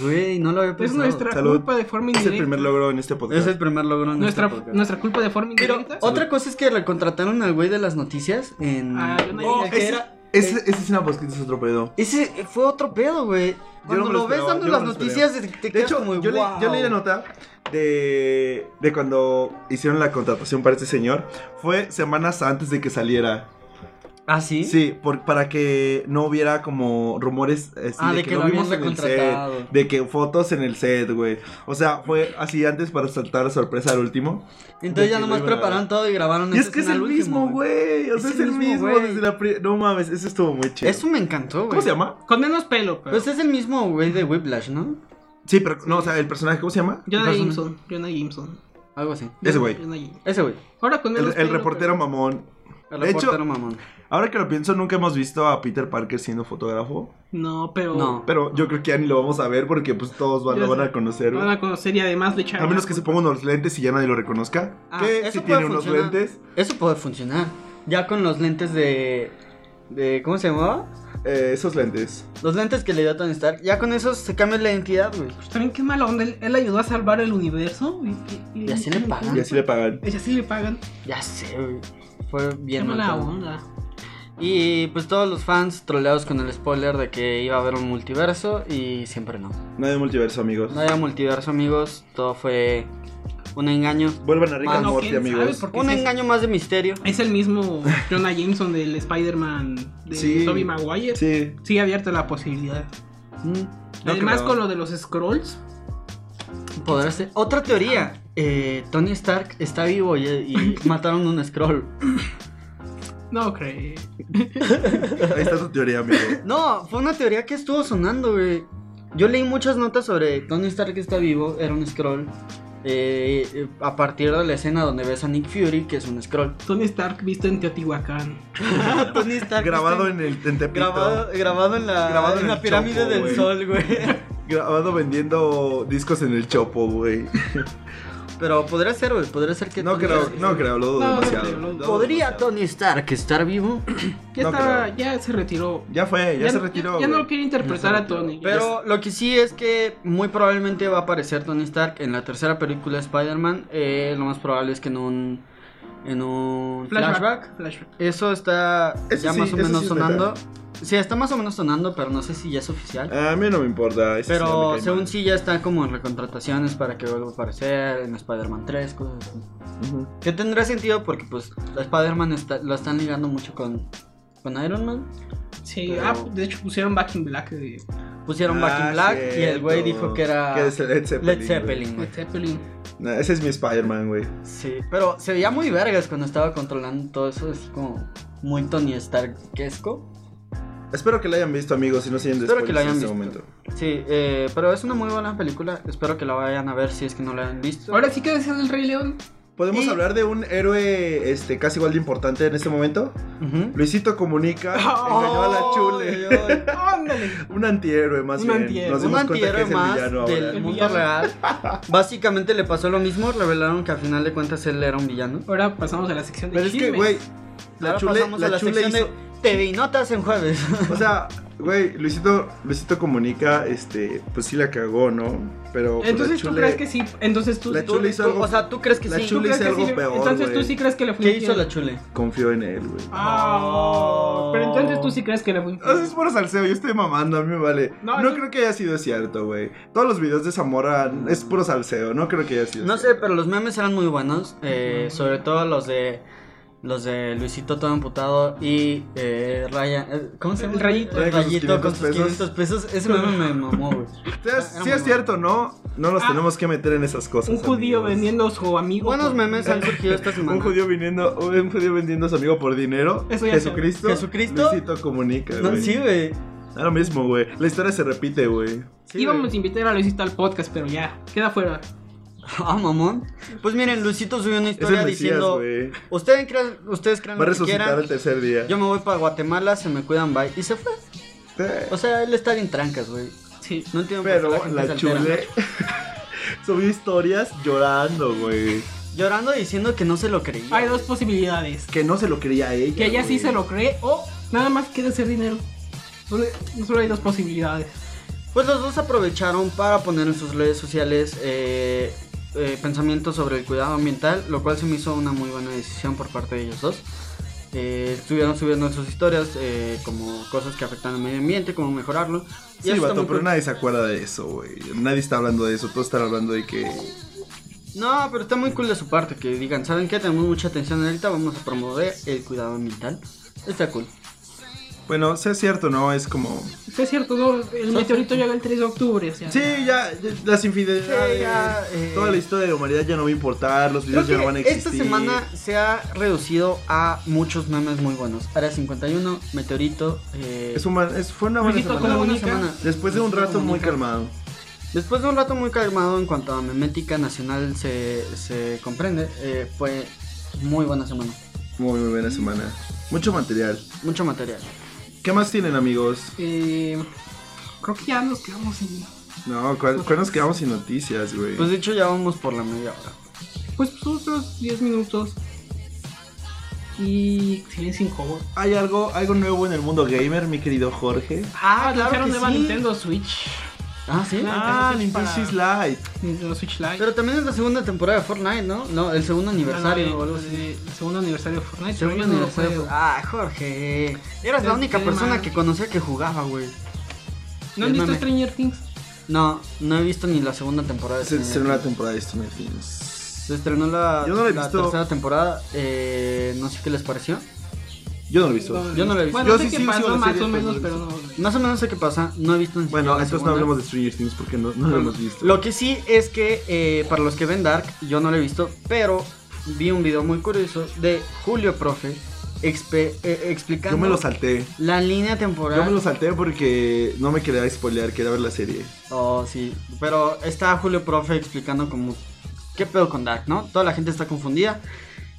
Güey, no lo había
Es
pensado.
nuestra
Salud.
culpa de forma
Es
indirecta.
el primer logro en este
Es
podcast.
el primer logro en
Nuestra,
este podcast.
nuestra culpa de forma
Pero
indirecta.
otra cosa es que recontrataron al güey de las noticias en...
Ah, yo no
Oh,
llegué.
que
Ese-
era-
Ese, ese es una podcast, es otro pedo.
ese fue otro pedo, güey. Cuando
no me lo
lo ves
esperaba,
dando
yo no
las
me lo
noticias, te, te
De
quedas
hecho,
como,
yo, le-
"Wow".
yo leí la nota de, de cuando hicieron la contratación para este señor. Fue semanas antes de que saliera.
¿Ah, sí?
Sí, por- para que no hubiera como rumores eh, así
Ah, de, que, lo habían
vimos en el set.
recontratado.
De que fotos en el set, güey. O sea, fue así antes para saltar la sorpresa al último.
Entonces ya
de que
nomás
lo iban a-
prepararon todo y grabaron
y
esa
es que es
escena
el
al último,
mismo, güey. O sea, es, el mismo.
güey.
desde la pri- no mames, eso estuvo muy chido.
Eso me encantó, güey.
¿Cómo se llama?
Con menos pelo, pero.
Pues es el mismo güey de Whiplash, ¿no?
Sí, pero no, o sea, el personaje, ¿cómo se llama?
Jonah
persona-
Jameson. Jonah Jameson.
Algo así.
Ese güey.
Jonah Jameson.
Ese güey.
Ahora con
El,
menos
el
pelo,
reportero mamón.
El
De hecho-
reportero mamón.
Ahora que lo pienso, nunca hemos visto a Peter Parker siendo fotógrafo.
pero- No, pero.
No.
Pero yo creo que ya ni lo vamos a ver porque pues todos van-
Ya
lo van
sé.
a conocer.
Lo
güey.
Van a conocer y además le echaron.
A menos que se
la culpa.
ponga unos lentes y ya nadie lo reconozca.
Ah,
que
eso
si
puede
tiene unos
funcionar.
lentes.
Eso puede funcionar. Ya con los lentes de... de ¿Cómo se llamaba?
eh, esos lentes.
Los lentes que le dio a Tony Stark. Ya con esos se cambia la identidad, güey.
Pues también qué mala onda. Él, él ayudó a salvar el universo. Y,
Y así le pagan.
Y así le pagan.
Y así le pagan.
Ya sé, güey. Fue
Qué
bien mal
mala
pedo.
onda.
Y pues todos los fans troleados con el spoiler de que iba a haber un multiverso y siempre no.
No hay multiverso, amigos.
No había multiverso, amigos. Todo fue un engaño.
Vuelvan a Rick and
Bueno,
Morty,
¿quién sabe?
amigos.
Porque
Un
sí es-
engaño más de misterio.
Es el mismo Jonah Jameson del Spider-Man de
Sí.
Tobey Maguire.
Sí.
Sigue abierta la posibilidad.
Mm, no
Además,
creo.
con lo de los scrolls,
Poder ser- Otra teoría. eh, Tony Stark está vivo y, y mataron un scroll.
no creo.
Ahí está tu teoría, amigo.
No, fue una teoría que estuvo sonando, güey. Yo leí muchas notas sobre Tony Stark está vivo, era un scroll. eh, eh, a partir de la escena donde ves a Nick Fury, que es un scroll.
Tony Stark visto en Teotihuacán.
Tony Stark
Grabado
Ah, pues
en
está-
el en Tepito.
Grabado, grabado en la,
Grabado
en
en
la
el
pirámide
Chopo,
del
güey.
sol, güey.
Grabado vendiendo discos en el Chopo, güey.
Pero podría ser, güey. Podría ser que.
No
Tony
creo,
Stark-
no creo, lo dudo
No, no
demasiado.
creo, no
Lo dudo
¿Podría
demasiado.
Tony Stark estar vivo?
Ya,
No
estaba-
creo.
ya se retiró.
Ya fue, ya, se
no-
retiró.
ya- ya no
güey.
quiere
Ya
interpretar a
se retiró.
Tony.
Pero lo que sí es que muy probablemente va a aparecer Tony Stark en la tercera película de Spider-Man. Eh, lo más probable es que en un. En un flashback.
flashback. flashback.
Eso está
Eso
ya
sí,
más o
eso
menos
sí es
sonando. Sí, está más o menos sonando, pero no sé si ya es oficial.
Ah, A mí no me importa. ese sí no me
Pero
cae
según
mal.
sí ya está como en recontrataciones para que vuelva a aparecer en Spider-Man 3, cosas así.
Ujú.
Que tendrá sentido porque pues la Spider-Man está, lo están ligando mucho con, con Iron Man.
Sí,
Pero-
ah, de hecho pusieron Back in Black de
Pusieron Back
Ah,
in Black y el
cierto.
güey dijo que era
Que es Led Zeppelin.
Led
güey.
Zeppelin. güey.
Led Zeppelin.
No, ese es mi Spider-Man, güey.
Sí, pero se veía muy vergas cuando estaba controlando todo eso, así como muy Tony Starkesco.
Espero que lo hayan visto, amigos, si no siguen
Espero
después
que
en
lo
este
hayan visto.
momento.
Sí, eh, pero es una muy buena película. Espero que la vayan a ver si es que no la han visto.
Ahora sí que decían el Rey León.
¿Podemos
Y-
hablar de un héroe este, casi igual de importante en este momento?
Ujú.
Luisito Comunica
Oh,
engañó a la chule.
Dios.
Ándale.
Un antihéroe, más
Un
bien.
antihéroe.
Nos
un
dimos cuenta que
antihéroe
es el
más
villano ahora.
del
El
mundo
villano.
real. Básicamente le pasó lo mismo, revelaron que al final de cuentas él era un villano.
Ahora pasamos a la sección de
Pero es que,
chismes.
güey, la
Ahora
chule,
pasamos a
la
la
chule
sección
hizo...
de TV y notas en jueves.
O sea, güey, Luisito, Luisito Comunica, este, pues sí la cagó, ¿no? Pero pues,
Entonces
la
tú
chule,
crees que sí. Entonces tú
La
sí-
Chule hizo algo-
O sea, ¿tú crees que
la
sí?
¿tú
Chule
crees
hizo
que
algo
sí?
peor,
Entonces tú
güey.
sí crees que le fue
¿Qué
infiel.
hizo la chule?
confió en él, güey.
Ah,
Oh.
pero entonces tú sí crees que le fue
Eso es
infiel.
por salseo, yo estoy mamando, a mí me vale. No,
No, eso-
creo que haya sido cierto, güey. Todos los videos de Zamora es puro salseo, no creo que haya sido
No sé,
cierto.
pero los memes eran muy buenos. eh, sobre todo los de. Los de Luisito todo amputado y eh, Ryan. eh, ¿Cómo se llama?
El Rayito.
El
Con
Rayito con
sus
sus 500 pesos. Ese meme me mamó, güey.
Entonces,
era
sí
muy
es cierto, ¿no? No nos
Ah,
tenemos que meter en esas cosas.
Un judío
amigos.
vendiendo a su amigo.
Buenos
por-
memes han surgido esta semana.
Un judío viniendo, un judío vendiendo a su amigo por dinero.
Eso ya
Jesucristo.
sé. Jesucristo.
Luisito comunica,
No,
güey.
sí, güey.
Da lo mismo, güey. La historia se repite, güey.
Sí,
Íbamos a
güey.
invitar a Luisito al podcast, pero ya, queda fuera.
Ah, mamón. Pues miren, Luisito subió una
Es el
historia
Mesías,
diciendo.
güey.
Ustedes crean, ustedes crean
Va a
lo que
resucitar
quieran.
al tercer día.
Yo me voy para Guatemala, se me cuidan, bye. Y se fue.
Sí.
O sea, él está bien trancas, güey.
Sí.
No entiendo por
Pero
qué
la,
la, gente se altera.
chule subió historias llorando, güey.
Llorando diciendo que no se lo creía.
Hay dos posibilidades.
Que no se lo creía a ella.
Que ella
güey.
sí se lo cree o nada más quiere hacer dinero. Solo, solo hay dos posibilidades.
Pues los dos aprovecharon para poner en sus redes sociales eh, eh, pensamientos sobre el cuidado ambiental, lo cual se me hizo una muy buena decisión por parte de ellos dos. Eh, estuvieron subiendo en sus historias eh, como cosas que afectan al medio ambiente, cómo mejorarlo. Y eso
Sí,
está
vato,
muy
pero
cool.
nadie se acuerda de eso, güey. Nadie está hablando de eso. Todos están hablando de que.
No, pero está muy cool de su parte que digan, ¿saben qué? Tenemos mucha atención ahorita, vamos a promover el cuidado ambiental. Está cool.
Bueno, sea cierto, ¿no? Es como.
Sí, es cierto, ¿no? El meteorito llega el 3 de octubre, o sea.
Sí, ya, ya, las infidelidades.
Sí, ya, eh.
Toda la historia de la humanidad ya no va a importar. Los
Creo
videos ya no
que
van a existir.
esta semana se ha reducido a muchos memes muy buenos. Área 51, Meteorito. eh,
Es una- es- fue una buena
Luisito
semana.
fue una buena
Comunica.
semana.
Después de un rato muy calmado.
Después de un rato muy calmado en cuanto a memética nacional se, se comprende, eh, fue muy buena semana.
Muy, muy buena semana. Mucho material.
Mucho material.
¿Qué más tienen, amigos?
Eh, creo que ya nos quedamos sin.
No, ¿cuál, cuál nos quedamos sin noticias, güey?
Pues de hecho ya vamos por la media hora.
Pues otros 10 minutos. Y siguen sin cobot.
¿Hay algo, algo nuevo en el mundo gamer, mi querido Jorge?
Ah,
claro
lanzaron
que
nueva
sí.
Nintendo Switch.
Ah, sí.
Ah,
entonces es
Nintendo
para-
Switch Lite.
Nintendo Switch Lite.
Pero también es la segunda temporada de Fortnite, ¿no? No, el segundo aniversario
Ah,
o
no, de-
algo así.
de- el segundo aniversario de Fortnite. pero
Segundo
yo no lo
aniversario.
juego.
Ah, Jorge. Eras la
Del
única
tema.
persona que conocía que jugaba, güey.
¿No
del
han visto
mame.
Stranger Things?
No, no he visto ni la segunda temporada. de
Se
Stranger
estrenó la
Things.
temporada de Stranger Things.
Se estrenó la,
Yo no la he visto.
tercera temporada. Eh, no sé qué les pareció.
Yo no lo he visto.
Yo no lo he visto.
Bueno,
Yo
sé
sí
que
sigo
pasó
la
más
serie,
o
pero
menos,
no
pero
lo
no.
Más o menos sé qué pasa. No he visto
Bueno,
ni siquiera la
entonces no
segunda.
hablemos de Stranger Things porque no, no lo hemos visto.
Lo que sí es que eh, para los que ven Dark, yo no lo he visto, pero vi un video muy curioso de Julio Profe expe- eh, explicando
Yo me lo salté.
la línea temporal.
Yo me lo salté porque no me quería spoilear, quería ver la serie.
Oh, sí. Pero está Julio Profe explicando como qué pedo con Dark, ¿no? Toda la gente está confundida.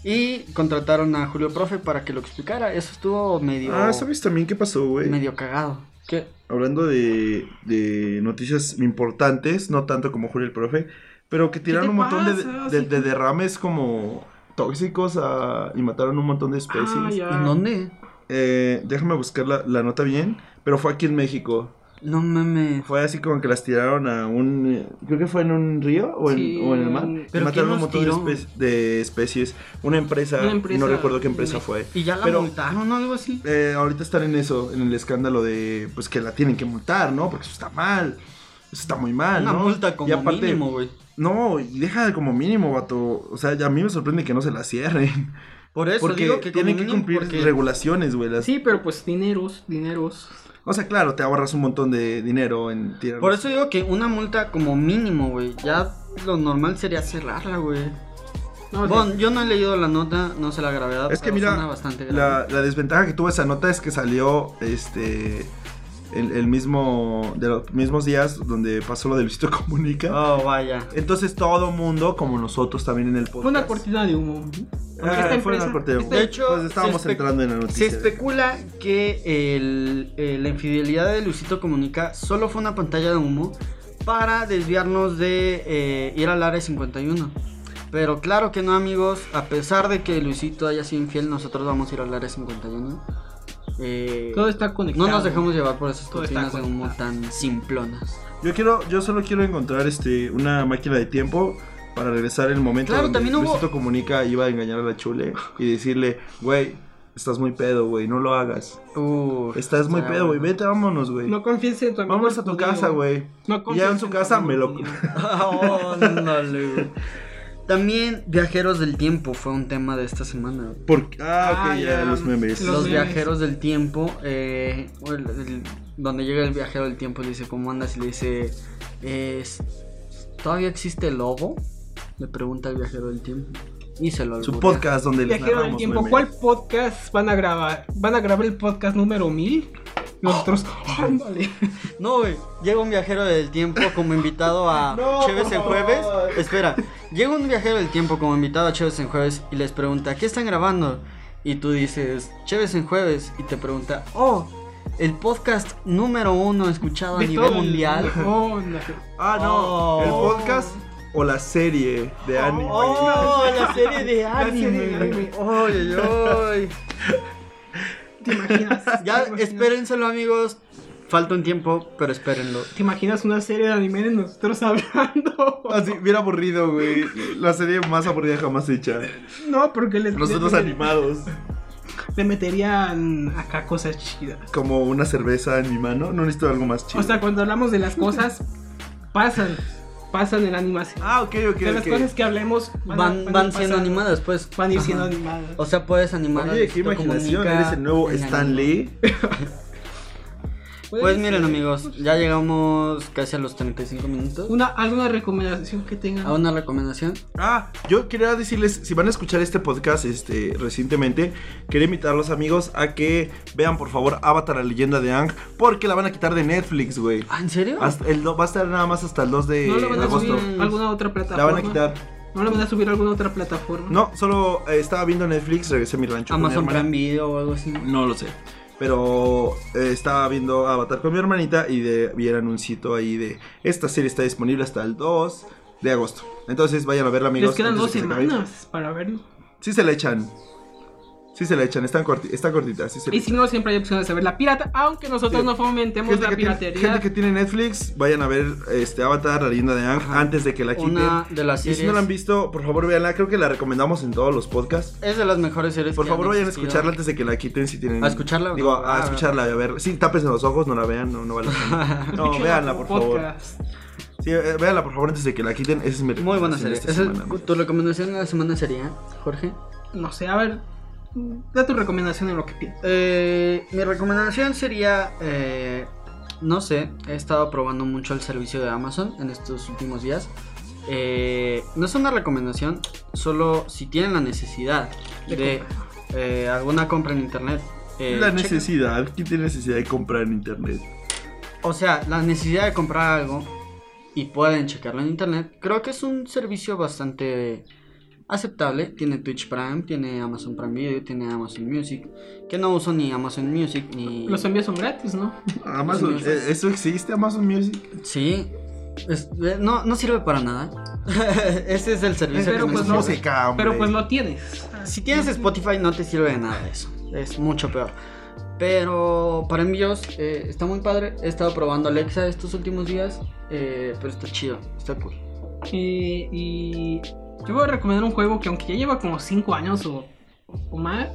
Y contrataron a Julio Profe para que lo explicara. Eso estuvo medio.
Ah, ¿sabes también qué pasó, güey?
medio cagado. ¿Qué?
Hablando de, de noticias importantes, no tanto como Julio el Profe, pero que tiraron
te
un montón de,
pasa?
de-
Sí.
de derrames como tóxicos a- y mataron un montón de especies.
Ah, ya.
¿En dónde?
Eh, déjame buscar la, la nota bien, pero fue aquí en México.
No mames.
Fue así como que las tiraron a un. eh, Creo que fue en un río o en,
Sí,
o en el mar.
un-
Y
¿Pero quién
mataron un
los
montón de,
tiró?
espe- de especies. Una empresa,
Una empresa
No recuerdo qué empresa
de-
fue.
¿Y ya la
Pero-
multaron o algo así?
Eh, ahorita están en eso, en el escándalo de. Pues que la tienen que multar, ¿no? Porque eso está mal. Eso está muy mal,
Una
Ah, ¿no?
multa como
Y aparte-
mínimo, güey.
No, y deja de como mínimo, vato. O sea, ya a mí me sorprende que no se la cierren.
Por eso
porque
digo que como
tienen que
mínimo,
cumplir
porque-
regulaciones, güey. las-
Sí, pero pues dineros, dineros.
O sea, claro, te ahorras un montón de dinero en tirar.
Por eso digo que una multa como mínimo, güey. Ya lo normal sería cerrarla, güey.
No,
Bon, yo no he leído la nota, no sé la gravedad.
Es que
pero
mira,
suena bastante grave.
La, la desventaja que tuvo esa nota es que salió este el, el mismo de los mismos días donde pasó lo del Luisito comunica.
Oh, vaya.
Entonces todo mundo, como nosotros también en el podcast.
fue una cortina de humo.
Ah,
Esta
fue
empresa-
una cortina de humo.
De hecho,
Pues estábamos
se espe-
entrando en la
Se
noticia.
especula que el- eh, la infidelidad de Luisito Comunica solo fue una pantalla de humo para desviarnos de eh, ir al área 51. Pero claro que no, amigos. A pesar de que Luisito haya sido infiel, nosotros vamos a ir al área 51. Eh,
Todo está conectado.
no nos dejamos llevar por esas
Todo está
cortinas de humo tan simplonas.
Yo quiero, yo solo quiero encontrar este una máquina de tiempo para regresar el momento
Claro,
donde
también hubo-
Luisito comunica iba a engañar a la chule y decirle, güey, estás muy pedo, güey, no lo hagas.
Uf,
Estás muy
ya,
pedo, güey,
bueno.
vete, vámonos, güey.
Ah, No confíes en tu amigo.
Vamos a tu
judío.
casa, güey.
No
Y ya
confíes
en su
tu
casa
amigo
me lo...
judío.
Ándale, güey. También Viajeros del Tiempo fue un tema de esta semana. güey.
Porque, ah, ok,
Ah,
ya,
ya.
los memes.
Los,
Los memes.
Viajeros del Tiempo, eh, o el- el- donde llega el Viajero del Tiempo y le dice, ¿cómo andas? Y le dice, es, ¿todavía existe el lobo? Le pregunta el Viajero del Tiempo. Y se lo
Su
alburea.
podcast donde les
Viajero del
narramos
tiempo,
memes.
¿cuál podcast van a grabar? ¿Van a grabar el podcast número 1000? Nosotros, ándale.
No, güey. Llega un viajero del tiempo como invitado a
No.
Chéves en Jueves. Espera, llega un viajero del tiempo como invitado a Chéves en Jueves y les pregunta, ¿qué están grabando? Y tú dices, Chéves en Jueves. Y te pregunta, oh, el podcast número uno escuchado a
De
nivel
todo el-
mundial.
Oh, no.
Ah, no,
Oh.
el podcast o la serie de anime.
Oh, la serie de
La
anime.
serie de anime.
Oy, oy, oy.
¿Te imaginas?
Ya,
¿Te imaginas?
espérenselo, amigos. Falta un tiempo, pero espérenlo.
¿Te imaginas una serie de anime de nosotros hablando?
Así, bien aburrido, güey. La serie más aburrida jamás hecha.
No, porque les,
Nosotros
le-
animados.
le meterían acá cosas chidas.
Como una cerveza en mi mano. No necesito algo más chido.
O sea, cuando hablamos de las cosas, pasan, pasan en la animación.
ah, ok, ok,
de las
ok.
cosas que hablemos a-
Van,
a
van siendo
ir pasando.
animadas, pues.
Van a ir
Ajá.
siendo animadas.
O sea, puedes animar.
Oye, qué imaginación. Eres el nuevo Stan Lee.
Pues miren, amigos, ya llegamos casi a los 35 minutos.
Una, ¿Alguna recomendación que tengan?
A una recomendación.
Ah, yo quería decirles, si van a escuchar este podcast este, recientemente, quería invitar a los amigos a que vean por favor Avatar, la leyenda de Ang, porque la van a quitar de Netflix, güey.
Ah, ¿En serio?
Hasta el do- va a estar nada más hasta el 2 de
¿No lo van a
agosto.
subir a alguna otra plataforma?
La van a quitar.
¿No lo van a subir a alguna otra plataforma?
No, solo eh, estaba viendo Netflix, regresé a mi rancho. con mi
Amazon
hermana.
Prime Video o algo así.
No lo sé. Pero eh, estaba viendo Avatar con mi hermanita y de, vi el anuncito ahí de esta serie está disponible hasta el 2 de agosto. Entonces vayan a verla, amigos.
Les quedan
antes de
dos
que se acabe.
semanas para verlo.
Sí se la echan. Sí se la echan, está, corti- está cortita, sí se la
Y si no, siempre hay opciones de ver la pirata, aunque nosotros
Sí.
no fomentemos
Gente
la
que, tiene,
piratería.
gente que tiene Netflix, vayan a ver este Avatar, la leyenda de Aang,
Ajá.
antes de que la quiten.
Una de las
Y
series.
si no la han visto, por favor véanla, creo que la recomendamos en todos los podcasts.
Es de las mejores series.
Por
que
favor
han
vayan a
existido.
escucharla antes de que la quiten si tienen...
¿A escucharla o
Digo,
no?
a
Ah,
escucharla, a ver. Sí, tapes en los ojos, no la vean, no, no vale la pena. No,
Escuchen
véanla, por
nuestro
favor.
podcast.
Sí, eh, véanla, por favor, antes de que la quiten. Esa es mi
Muy buena
recomendación esta
serie. Esa-
semana.
¿Tu recomendación de la semana sería, Jorge?
No sé, a ver. Da tu recomendación en lo que piensas.
Eh, mi recomendación sería, eh, no sé, he estado probando mucho el servicio de Amazon en estos últimos días. Eh, no es una recomendación, solo si tienen la necesidad
De
de eh, alguna compra en internet. eh,
La
chequen-
necesidad, ¿quién tiene necesidad de comprar en internet?
O sea, la necesidad de comprar algo y pueden checarlo en internet. Creo que es un servicio bastante aceptable. Tiene Twitch Prime, tiene Amazon Prime Video, tiene Amazon Music. Que no uso ni Amazon Music ni.
Los envíos son gratis, ¿no?
Amazon,
Music.
eh, ¿eso existe, Amazon Music?
Sí. Es- eh, no, no sirve para nada. Ese es el servicio
Pero
que
pues
me
no.
sirve.
música, hombre.
Pero pues lo tienes.
Si tienes Spotify no te sirve de nada eso. Es mucho peor. Pero para envíos eh, está muy padre. He estado probando Alexa estos últimos días. eh, pero está chido. Está cool.
Eh, y yo voy a recomendar un juego que aunque ya lleva como 5 años o, o más,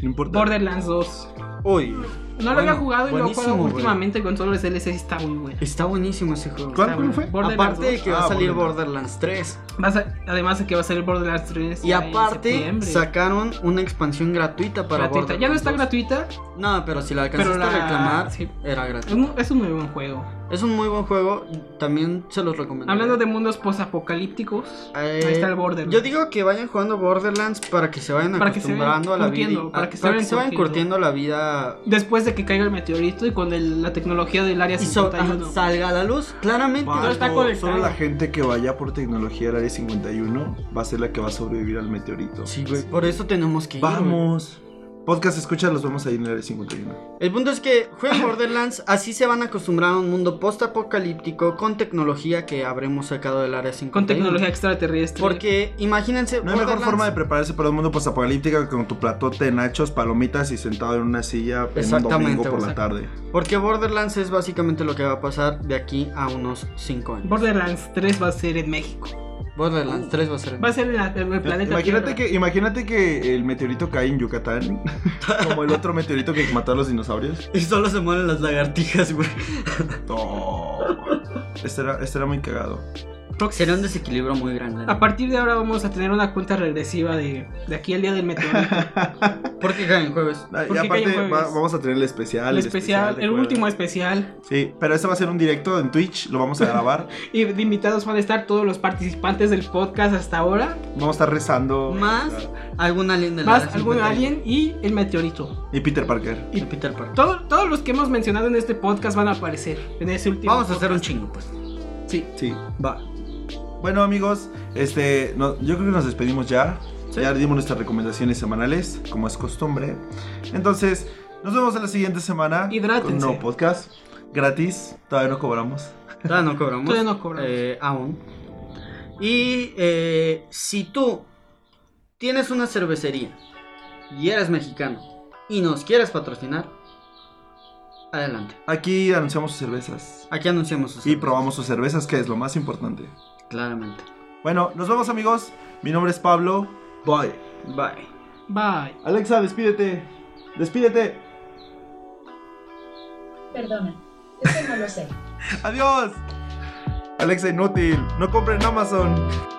No importa.
Borderlands 2.
Uy.
No lo había
Bueno,
jugado y lo he
buenísimo,
jugado
güey.
últimamente con solo los DLC y está muy bueno.
Está buenísimo ese juego.
¿Cuál?
Está bueno.
fue?
Borderlands
Aparte de
2.
que va a
Ah,
salir Borderlands
Borderlands.
3.
Vas a- además de que va a salir Borderlands 3.
Y
ya en
aparte
septiembre.
sacaron una expansión gratuita para
Gratuita. Ya no está
Borderlands
gratuita,
2. No, pero si la alcanzaste
Pero la-
a reclamar,
sí.
era
es
gratuita.
un, es un muy buen juego.
Es un muy buen juego. También se los recomiendo.
Hablando de mundos posapocalípticos,
Eh,
ahí está el Borderlands.
Yo digo que vayan jugando Borderlands para que se vayan
Para que se vayan
acostumbrando a la vida.
curtiendo,
y-
para
a-
que se
para que
vayan
se vayan curtiendo
curtiendo.
la vida.
Después de que caiga el meteorito y con el- la tecnología del área
Y so-
51.
ajá, salga a la luz, claramente.
Vato,
Todo está conectado.
Solo la gente que vaya por tecnología al área 51 va a ser la que va a sobrevivir al meteorito.
Sí, güey. Por eso tenemos que ir. güey.
Vamos. Podcast escucha, los vamos ahí en el área 51.
El punto es que jueguen Borderlands, así se van a acostumbrar a un mundo post-apocalíptico con tecnología que habremos sacado del área 51.
con tecnología extraterrestre.
Porque imagínense.
No hay mejor
Borderlands-
forma de prepararse para un mundo postapocalíptico que con tu platote de nachos, palomitas y sentado en una silla en un
Exactamente,
domingo por
güey.
la tarde.
Porque Borderlands es básicamente lo que va a pasar de aquí a unos 5 años.
Borderlands 3 va a ser en México.
Borderlands 3 va a ser. en-
Va a ser en, la- en el planeta
Eh, Imagínate
Tierra.
que, imagínate que el meteorito cae en Yucatán, como el otro meteorito que mató a los dinosaurios.
Y solo se mueren las lagartijas, güey.
No. Este era, este era muy cagado.
Sería un desequilibrio muy grande. ¿no?
A partir de ahora vamos a tener una cuenta regresiva de, de aquí al día del meteorito.
¿Por qué caen jueves?
Y
qué cae en
aparte
jueves?
va- vamos a tener el especial.
el especial,
de
el
jueves.
último especial.
Sí, pero este va a ser un directo en Twitch, lo vamos a grabar.
Y de invitados van a estar todos los participantes del podcast hasta ahora.
Vamos a estar rezando.
Más algún alien de la
Más
Área
algún
51.
alien y el meteorito.
Y Peter Parker.
Y Peter Parker.
Todo- todos los que hemos mencionado en este podcast van a aparecer en ese último.
Vamos a hacer un chingo, pues.
podcast. Sí.
Sí.
Va.
Bueno, amigos, este, no- yo creo que nos despedimos ya.
Sí.
Ya dimos nuestras recomendaciones semanales, como es costumbre. Entonces, nos vemos en la siguiente semana.
Hidrátense.
Con un nuevo podcast. Gratis. Todavía no cobramos.
Todavía no cobramos.
Todavía no cobramos.
Eh, aún. Y eh, si tú tienes una cervecería y eres mexicano y nos quieres patrocinar, adelante.
Aquí anunciamos sus cervezas.
Aquí anunciamos sus
Y probamos sus cervezas, que es lo más importante.
Claramente.
Bueno, nos vemos, amigos. Mi nombre es Pablo. Bye.
Bye.
Bye.
Alexa, despídete. Despídete.
Perdona, eso no lo sé.
Adiós. Alexa, inútil. No compren Amazon.